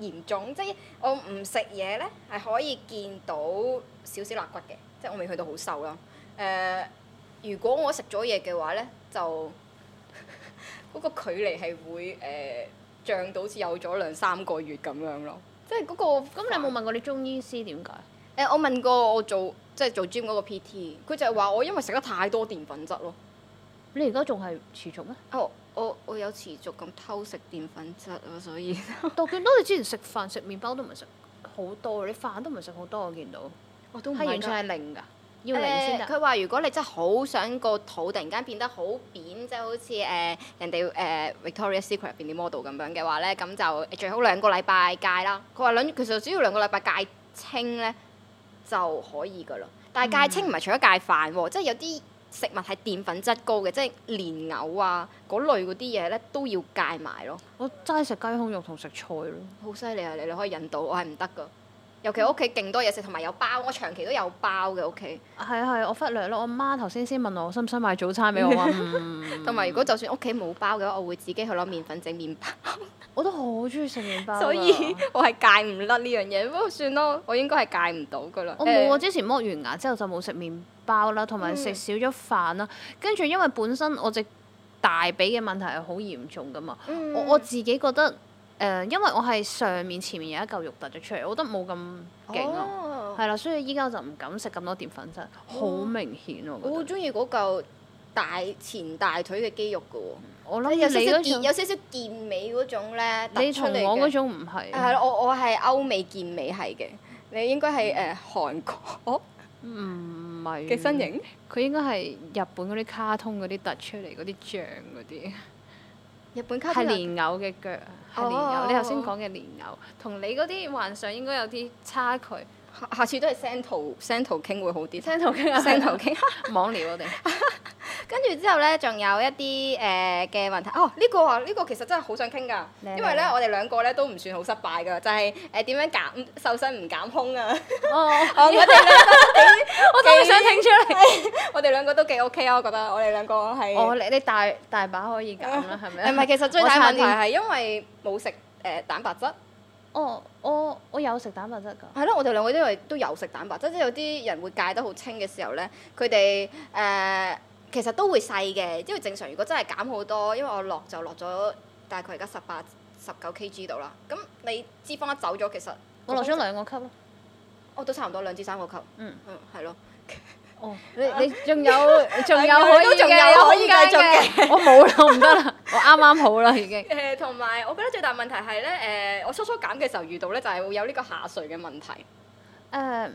Speaker 2: 嚴重，即係我唔食嘢咧係可以見到少少肋骨嘅，即係我未去到好瘦啦。誒、如果我食咗嘢嘅話咧，就 [LAUGHS] 嗰個距離係會誒、呃、漲到好似有咗兩三個月咁樣咯。即係嗰個
Speaker 1: 咁你有冇問過你中醫師點解？
Speaker 2: 誒、我問過我做即係做 gym 嗰個 PT，佢就係話我因為食得太多澱粉質咯。
Speaker 1: 你而家仲係持續咩？
Speaker 2: 啊我我我有持續咁偷食澱粉質啊，所
Speaker 1: [LAUGHS]
Speaker 2: 以
Speaker 1: 杜建東，你之前食飯食麵包都唔係食好多，你飯都唔係食好多，我見到
Speaker 2: 我都
Speaker 1: 係完全係零㗎，要零先
Speaker 2: 誒
Speaker 1: 得。
Speaker 2: 佢話、如果你真係好想個肚突然間變得好扁，即係好似誒、人哋誒、Victoria Secret 入邊啲 model 咁樣嘅話咧，咁就最好兩個禮拜戒啦。佢話兩其實只要兩個禮拜戒清咧就可以噶啦。
Speaker 1: 嗯
Speaker 2: 但係戒清唔係除咗戒飯喎，即係有啲食物係澱粉質高嘅，即係蓮藕啊嗰類嗰啲嘢咧都要戒埋咯。
Speaker 1: 我齋食雞胸肉同食菜咯。
Speaker 2: 好犀利啊！你你可以引導，我係唔得噶。尤其我屋企勁多嘢食，同埋有包，我長期都有包嘅屋企。
Speaker 1: 係啊係啊，我忽略咯。我媽頭先先問我，我使唔使買早餐俾我啊？ [LAUGHS] 嗯
Speaker 2: 同埋如果就算屋企冇包嘅話，我會自己去攞麵粉整麵包，
Speaker 1: 我都好中意食麵包㗎。
Speaker 2: 所以 [LAUGHS] 我係戒唔甩呢樣嘢。不過算咯，我應該係戒唔到噶啦。
Speaker 1: 我哦冇，啊我之前剝完牙之後就冇食麵包啦，同
Speaker 2: 嗯
Speaker 1: 埋食少咗飯啦。跟住因為本身我隻大髀嘅問題係好嚴重噶嘛，
Speaker 2: 嗯
Speaker 1: 我我自己覺得誒、呃因為我係上面前面有一嚿肉突咗出嚟，我覺得冇咁勁咯，
Speaker 2: 哦
Speaker 1: 係啦、所以依家就唔敢食咁多澱粉質，好明顯我
Speaker 2: 我好
Speaker 1: 覺得。
Speaker 2: 中意嗰嚿大前大腿嘅肌肉嘅喎，
Speaker 1: 我諗
Speaker 2: 有少少
Speaker 1: 你
Speaker 2: 健
Speaker 1: 嗰種
Speaker 2: 有少少健美嗰種咧，突
Speaker 1: 你
Speaker 2: 出嚟
Speaker 1: 同
Speaker 2: 嘅
Speaker 1: 我嗰種唔
Speaker 2: 誒係
Speaker 1: 係，
Speaker 2: 咯，我我係歐美健美係嘅，你應該
Speaker 1: 嗯
Speaker 2: 係誒韓
Speaker 1: 哦
Speaker 2: 國
Speaker 1: 唔係
Speaker 2: 嘅嗯身。形。
Speaker 1: 佢應該係日本嗰啲卡通嗰啲突出嚟嗰啲像嗰啲。
Speaker 2: 日本卡
Speaker 1: 係
Speaker 2: 通啊人
Speaker 1: 蓮藕嘅腳，啊係蓮
Speaker 2: 哦
Speaker 1: 藕。你頭先講嘅蓮藕，同你嗰啲幻想應該有啲差距。
Speaker 2: 下下次都係 send 圖 send 圖傾會好啲
Speaker 1: 聽到嘅
Speaker 2: ，send 圖傾。
Speaker 1: 網聊我哋，
Speaker 2: [LAUGHS] 跟住之後咧，仲有一啲誒嘅問題。哦，呢、個啊，呢、個其實真係好想傾㗎，
Speaker 1: 嚟
Speaker 2: 因為咧
Speaker 1: 嚟嚟
Speaker 2: 我哋兩個咧都唔算好失敗㗎，就係誒點樣減瘦身唔減胸
Speaker 1: [LAUGHS]
Speaker 2: 啊！
Speaker 1: [LAUGHS] 哦，
Speaker 2: 我我哋兩
Speaker 1: 我真係想聽出嚟。
Speaker 2: [LAUGHS] 我哋兩個都幾 OK 啊，我覺得我哋兩個係
Speaker 1: [LAUGHS] 哦，你你大大把可以減啦，哦係咪？啊
Speaker 2: 誒唔係，其實最大問題
Speaker 1: 我差啲
Speaker 2: 係因為冇食誒蛋白質。
Speaker 1: 哦，我我有食蛋白質㗎。
Speaker 2: 係咯，我哋兩個因為都有食蛋白質，即係有啲人會戒得好清嘅時候咧，佢哋誒其實都會細嘅，因為正常如果真係減好多，因為我落就落咗大概而家十八、十九 kg 度啦。咁你脂肪一走咗，其實
Speaker 1: 我落咗，兩個級咯。
Speaker 2: 我都差唔多兩至三個級。
Speaker 1: 嗯，
Speaker 2: 嗯，係咯。
Speaker 1: 哦，你你仲有仲有可以
Speaker 2: 都仲
Speaker 1: 嘅
Speaker 2: 有可
Speaker 1: 空
Speaker 2: 以
Speaker 1: 間
Speaker 2: 繼
Speaker 1: 嘅。 [LAUGHS]
Speaker 2: 續
Speaker 1: 我冇啦，唔得啦，我啱啱好啦已經。
Speaker 2: 誒，同埋我覺得最大問題係咧，誒，我初初減嘅時候遇到咧，就係會有呢個下垂嘅問 [LAUGHS] 題。
Speaker 1: 誒，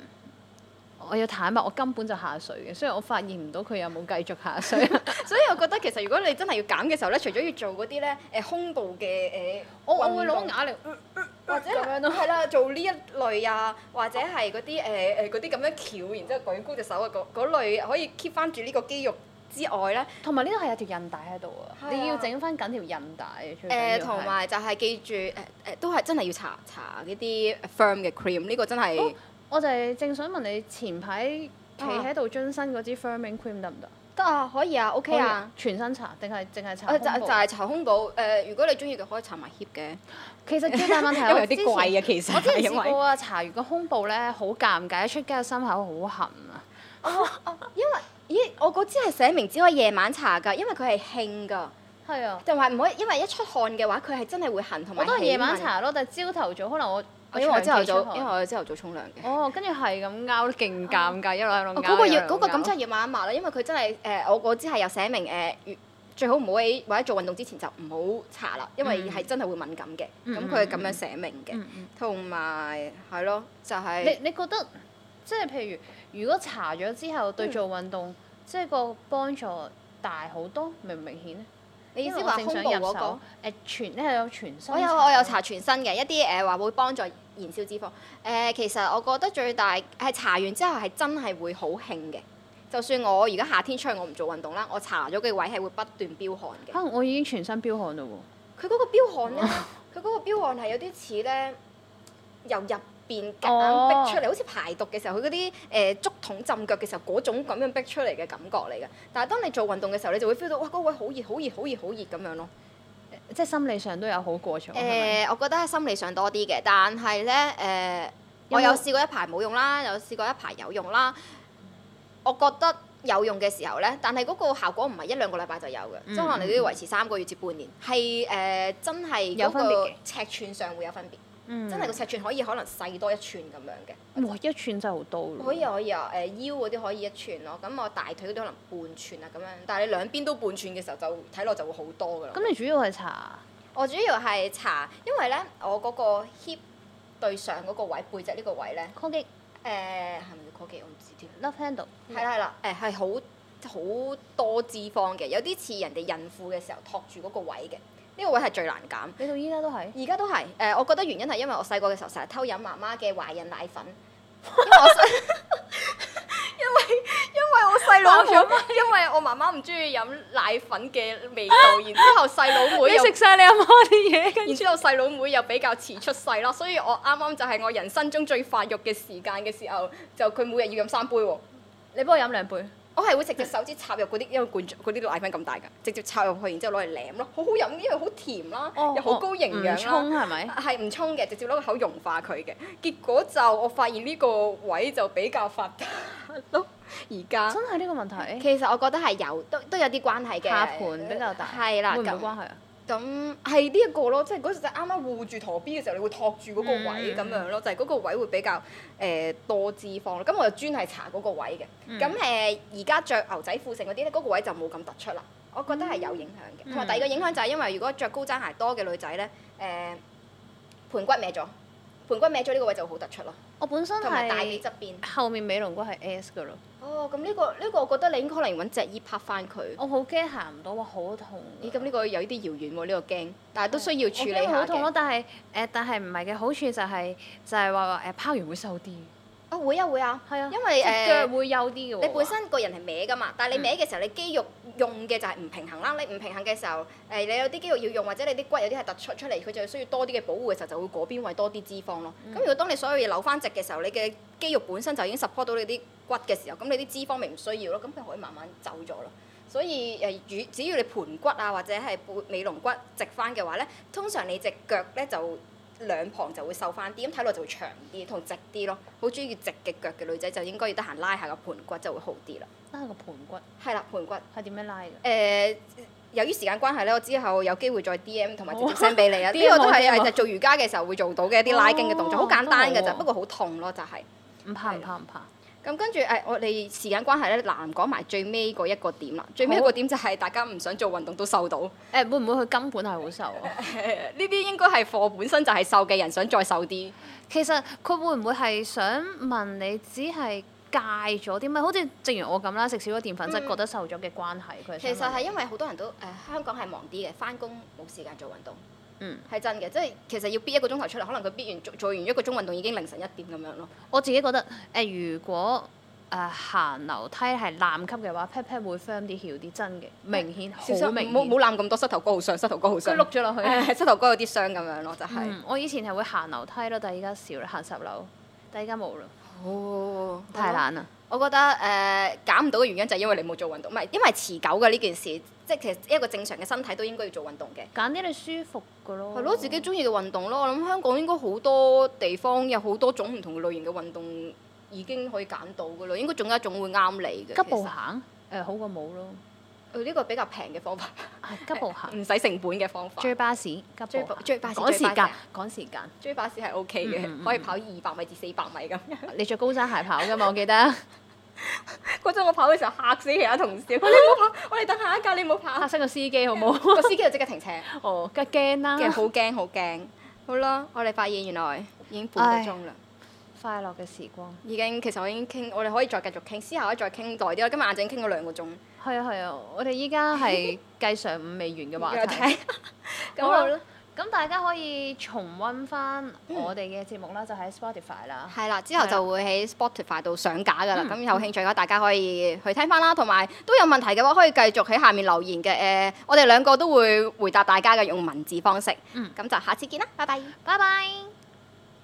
Speaker 1: 我要坦白，我根本就下水嘅，雖然我發現唔到佢有冇繼續下水。
Speaker 2: 所以我覺得其實如果你真係要減嘅時候咧，除咗要做嗰啲咧誒胸部嘅誒，
Speaker 1: 我我會
Speaker 2: 運動
Speaker 1: 攞牙嚟。
Speaker 2: 或者係 [LAUGHS] 係啦，做呢一類啊，或者係嗰啲誒誒嗰啲咁樣翹，然之後舉高隻手啊，嗰嗰類可以 keep 翻住呢個肌肉之外咧，
Speaker 1: 同埋呢度係有條韌帶喺度啊
Speaker 2: 係啊，
Speaker 1: 你要整翻緊條韌帶啊最緊要
Speaker 2: 誒
Speaker 1: 係
Speaker 2: 同埋就係記住誒誒、都係真係要搽搽嗰啲 firm 嘅 cream，呢個真係
Speaker 1: 哦我就係正想問你前排企喺度樽身嗰支 firming cream 得唔得
Speaker 2: 得啊，可以啊，OK 啊。
Speaker 1: 全身搽定係淨係
Speaker 2: 誒
Speaker 1: 搽胸
Speaker 2: 就就
Speaker 1: 部？
Speaker 2: 係搽胸部，誒、如果你中意嘅可以搽埋 hip 嘅，
Speaker 1: 其實最大問題
Speaker 2: [LAUGHS] 因
Speaker 1: 係
Speaker 2: 為有
Speaker 1: 我
Speaker 2: 啲
Speaker 1: 之前
Speaker 2: 貴啊，其實
Speaker 1: 我之前
Speaker 2: 因為
Speaker 1: 試過啊，搽完個胸部咧好尷尬，一出街個心口好痕啊。
Speaker 2: 咦，我嗰支係寫明只可以夜晚搽㗎，因為佢係興㗎，
Speaker 1: 係啊，
Speaker 2: 同埋唔可以，因為一出汗嘅話，佢係真係會痕同埋
Speaker 1: 我都係
Speaker 2: 起
Speaker 1: 夜晚
Speaker 2: 敏
Speaker 1: 搽咯，但係朝頭早可能我
Speaker 2: 因為我朝頭
Speaker 1: 長期
Speaker 2: 早，
Speaker 1: 出汗
Speaker 2: 因為我朝頭早沖涼嘅。
Speaker 1: 哦，跟住係咁拗，勁尷尬，一路喺
Speaker 2: 哦
Speaker 1: 度
Speaker 2: 嗰
Speaker 1: 拗。
Speaker 2: 個
Speaker 1: 一路
Speaker 2: 要嗰個
Speaker 1: 拗
Speaker 2: 咁真係要抹一抹啦，因為佢真係誒，我我知係有寫明誒，如最好唔好喺或者做運動之前就唔好搽啦，因為
Speaker 1: 嗯
Speaker 2: 係真係會敏感嘅。
Speaker 1: 嗯
Speaker 2: 咁
Speaker 1: 嗯
Speaker 2: 佢係咁樣寫明嘅
Speaker 1: 嗯，嗯
Speaker 2: 同埋係咯，就係
Speaker 1: 你你覺得即係譬如，如果搽咗之後對做運動，
Speaker 2: 嗯
Speaker 1: 即係個幫助大好多，明唔明顯咧？啊
Speaker 2: 你意
Speaker 1: 因
Speaker 2: 思
Speaker 1: 為我
Speaker 2: 話
Speaker 1: 正想
Speaker 2: 胸部
Speaker 1: 入
Speaker 2: 嗰
Speaker 1: 手
Speaker 2: 個？
Speaker 1: 誒全咧有全身。
Speaker 2: 我有我有。搽全身嘅一啲誒話會幫助燃燒脂肪。誒、其實我覺得最大係搽完之後係真係會好興嘅。就算我而家夏天出去我唔做運動啦，我搽咗嘅位係會不斷飆汗嘅。
Speaker 1: 可能我已經全身飆汗嘞喎！
Speaker 2: 佢嗰個標汗咧，佢嗰個標汗係有啲似咧由入邊夾硬逼出嚟，好似排毒嘅時候，佢嗰啲誒竹筒浸腳嘅時候嗰種咁樣逼出嚟嘅感覺嚟嘅。但係當你做運動嘅時候，你就會 feel 到哇，嗰位好熱、好熱、好熱、好熱咁樣咯。
Speaker 1: 即係心理上都有好過咗，係
Speaker 2: 誒、
Speaker 1: 咪？
Speaker 2: 我覺得係心理上多啲嘅，但係咧誒，我
Speaker 1: 有
Speaker 2: 有
Speaker 1: 冇
Speaker 2: 試過一排冇用啦，有試過一排有用啦。我覺得有用嘅時候咧，但係嗰個效果唔係一兩個禮拜就有嘅，
Speaker 1: 嗯
Speaker 2: 即係可能你都要維持三個月至半年，係誒、呃真係
Speaker 1: 有
Speaker 2: 嗰
Speaker 1: 分別
Speaker 2: 個
Speaker 1: 嘅
Speaker 2: 尺寸上會有分別，
Speaker 1: 嗯
Speaker 2: 真係個尺寸可以可能細多一寸咁樣嘅。
Speaker 1: 哇一寸真係好多咯
Speaker 2: 可以可以啊，誒、腰嗰啲可以一寸咯，咁我大腿嗰啲可能半寸啊咁樣，但係你兩邊都半寸嘅時候就睇落就會好多噶啦。
Speaker 1: 咁你主要係搽
Speaker 2: 我主要係搽，因為咧我嗰個 hip 對上嗰個位背脊呢個位咧，
Speaker 1: Colgate
Speaker 2: 誒係咪叫 c o 我唔知添。
Speaker 1: Love Handle，
Speaker 2: 係啦係啦，誒係好好多脂肪嘅，有啲似人哋孕婦嘅時候托住嗰個位嘅，呢、個位係最難減。
Speaker 1: 你到依家都係。
Speaker 2: 而家都係誒、我覺得原因係因為我細個嘅時候成日偷飲媽媽嘅懷孕奶粉，因為我細 [LAUGHS] 因為因為哦我細佬妹，因為我媽媽唔中意飲奶粉嘅味道，然之後細佬妹
Speaker 1: 你
Speaker 2: 又
Speaker 1: 食晒你阿媽啲嘢，跟
Speaker 2: 然之後細佬妹又比較遲出世啦，所以我啱啱就係我人生中最發育嘅時間嘅時候，就佢每日要飲三杯喎。
Speaker 1: [LAUGHS] 你幫我飲兩杯。
Speaker 2: 我係會直接手指插入嗰啲，因為罐裝嗰啲奶粉咁大㗎，直接插入去，然之後攞嚟舐咯，好好飲，因為好甜啦，又好高營
Speaker 1: 唔
Speaker 2: 養
Speaker 1: 沖
Speaker 2: 啦。啊
Speaker 1: 係咪？
Speaker 2: 係哦唔沖嘅，直接攞個口溶化佢嘅。結果就我發現呢個位就比較發達咯。而家
Speaker 1: 真係呢個問題。
Speaker 2: 其實我覺得係有都都有啲關係嘅，
Speaker 1: 下盤比較大，
Speaker 2: 係啦，
Speaker 1: 會唔會
Speaker 2: 咁
Speaker 1: 關係啊？
Speaker 2: 咁係呢一個咯，即係嗰時就啱啱護住陀 B 嘅時候，你會托住嗰個位
Speaker 1: 嗯
Speaker 2: 咁樣咯，就係嗰個位會比較誒、呃多脂肪咯。咁我就專係搽嗰個位
Speaker 1: 嗯
Speaker 2: 嘅。咁誒而家着牛仔褲成嗰啲咧，嗰、個位就冇咁突出啦。我覺得係有影響嘅。
Speaker 1: 嗯
Speaker 2: 同埋、第二個影響就係因為如果着高踭鞋多嘅女仔咧，誒、盤骨歪咗，盤骨歪咗呢個位就好突出咯，
Speaker 1: 我本身
Speaker 2: 同埋大髀
Speaker 1: 係
Speaker 2: 側邊。
Speaker 1: 後面尾龍骨係 S 噶咯，
Speaker 2: 哦，咁呢、個呢、個我覺得你應該可能揾隻衣拍翻佢。
Speaker 1: 我好驚行唔到，哇好痛啊㗎。
Speaker 2: 咦，咁呢個有啲遙遠喎，呢、個驚，但係都需要處理
Speaker 1: 我驚
Speaker 2: 下
Speaker 1: 好痛
Speaker 2: 嘅
Speaker 1: 咯，。嗯但係誒、但係唔係嘅好處就係、就係話誒拋完會瘦啲，
Speaker 2: 啊會啊會啊，
Speaker 1: 係啊，
Speaker 2: 因為
Speaker 1: 隻
Speaker 2: 誒
Speaker 1: 腳會幼啲嘅喎。嗯
Speaker 2: 你本身個人係歪噶嘛，但係你歪嘅時候，你肌肉用嘅就係唔平衡啦。你唔平衡嘅時候，誒、你有啲肌肉要用，或者你啲骨有啲係突出出嚟，佢就需要多啲嘅保護嘅時候，就會嗰邊位多啲脂肪咯。
Speaker 1: 嗯
Speaker 2: 咁、如果當你所有嘢扭翻直嘅時候，你嘅肌肉本身就已經 support 到你啲骨嘅時候，咁你啲脂肪咪唔需要咯，咁佢可以慢慢走咗咯。所以誒，如只要你盤骨啊或者係背尾龍骨直翻嘅話咧，通常你只腳咧就兩旁就會瘦翻啲，咁睇落就會長啲同直啲咯。好中意直嘅腳嘅女仔就應該要得閒拉下個盤骨就會好啲啦。
Speaker 1: 拉啊個盤骨
Speaker 2: 係啦，盤骨誒、
Speaker 1: 係點樣拉嘅？
Speaker 2: 由於時間關係咧，我之後有機會再 D M 同埋直接 send 俾你 [LAUGHS] 啊。呢
Speaker 1: DM
Speaker 2: 個都係
Speaker 1: 我 DM
Speaker 2: 係就做瑜伽嘅時候會做到嘅一啲拉筋嘅動作，
Speaker 1: 哦
Speaker 2: 好簡單嘅
Speaker 1: 都
Speaker 2: 咋，
Speaker 1: 好喎
Speaker 2: 不過好痛咯就係、
Speaker 1: 唔怕唔怕唔怕，
Speaker 2: 咁跟住誒，我哋時間關係咧，嗱講埋最尾嗰一個點啦。最尾一個點就係大家唔想做運動都瘦到，誒 [LAUGHS]
Speaker 1: 誒會唔會佢根本係好瘦啊？ [LAUGHS]
Speaker 2: 呢啲應該係課本身就係瘦嘅人想再瘦啲。
Speaker 1: 其實佢會唔會係想問你，只係戒咗啲咩？好似正如我咁啦，食少咗澱粉質，
Speaker 2: 嗯
Speaker 1: 覺得瘦咗嘅關係，佢
Speaker 2: 其實
Speaker 1: 想問
Speaker 2: 係因為好多人都誒、呃香港係忙啲嘅，翻工冇時間做運動，
Speaker 1: 嗯，
Speaker 2: 係真嘅。即係其實要逼一個鐘頭出嚟，可能佢逼完做做完一個鐘運動已經凌晨一點咁樣咯。
Speaker 1: 我自己覺得誒、如果誒、行樓梯係攬級嘅話 pat pat 會 firm 啲、翹啲，真嘅明顯好
Speaker 2: 小心
Speaker 1: 明
Speaker 2: 唔好唔好
Speaker 1: 顯，
Speaker 2: 攬咁多膝頭哥好傷，膝頭哥好
Speaker 1: 佢
Speaker 2: 傷。
Speaker 1: 碌咗落去。
Speaker 2: 誒膝頭哥有啲傷咁樣咯，就係、
Speaker 1: 嗯，我以前係會行樓梯咯，但係而家少啦，行十樓，但係而家冇啦，
Speaker 2: 哦，
Speaker 1: 太懶啦。
Speaker 2: 我覺得誒、呃、減唔到嘅原因就係因為你冇做運動，唔係因為持久嘅呢件事，即係其實一個正常嘅身體都應該要做運動嘅。
Speaker 1: 揀啲你舒服嘅咯。
Speaker 2: 係咯，自己中意嘅運動咯。我諗香港應該好多地方有好多種唔同類型嘅運動已經可以揀到噶啦，應該仲有一種會啱你嘅。
Speaker 1: 急步
Speaker 2: 其實
Speaker 1: 行誒、好過冇咯，
Speaker 2: 誒呢個比較平
Speaker 1: [LAUGHS]
Speaker 2: 嘅方法，
Speaker 1: 係啊急步行。
Speaker 2: 唔使成本嘅方法。
Speaker 1: 追巴士，急
Speaker 2: 追
Speaker 1: 步行
Speaker 2: 追巴士
Speaker 1: 趕時
Speaker 2: 追巴
Speaker 1: 間
Speaker 2: 士，
Speaker 1: 趕時間。
Speaker 2: 追巴士係 OK 嘅，
Speaker 1: 嗯嗯嗯
Speaker 2: 可以跑二百米至四百米咁樣。
Speaker 1: 你着高踭鞋跑㗎嘛？我記
Speaker 2: [LAUGHS]
Speaker 1: 得
Speaker 2: 嗰陣我跑嘅時候嚇死其
Speaker 1: [LAUGHS]
Speaker 2: 他同事，我話你唔好跑，我哋等下一架，你唔好
Speaker 1: 嚇 [LAUGHS]
Speaker 2: 跑。
Speaker 1: 親個司機好冇？
Speaker 2: 個司機就即刻停車，
Speaker 1: [LAUGHS] 哦，梗係驚
Speaker 2: 嘅
Speaker 1: 啦！
Speaker 2: 好驚好驚。好啦，我哋發現原來已經半個鐘啦。
Speaker 1: 快樂嘅時光，
Speaker 2: 已經其實我已經傾，我哋可以再繼續傾，私下可以再傾耐啲啦。今日晏晝已經傾咗兩個鐘，
Speaker 1: 係啊係啊！我哋依家係計上午未完嘅話 [LAUGHS]
Speaker 2: 有
Speaker 1: 題。
Speaker 2: 聽。咁
Speaker 1: 好啦
Speaker 2: 好啦，
Speaker 1: 咁大家可以重温翻我哋嘅節目啦，就喺 Spotify 啦。
Speaker 2: 係啦，之後
Speaker 1: 係啦嗯
Speaker 2: 就會喺 Spotify 度上架噶啦。咁有興趣嘅話，大家可以去聽翻啦。同埋都有問題嘅話，可以繼續喺下面留言嘅。誒、
Speaker 1: 嗯
Speaker 2: 我哋兩個都會回答大家嘅，用文字方式。咁就下次見啦，拜拜。
Speaker 1: 拜拜。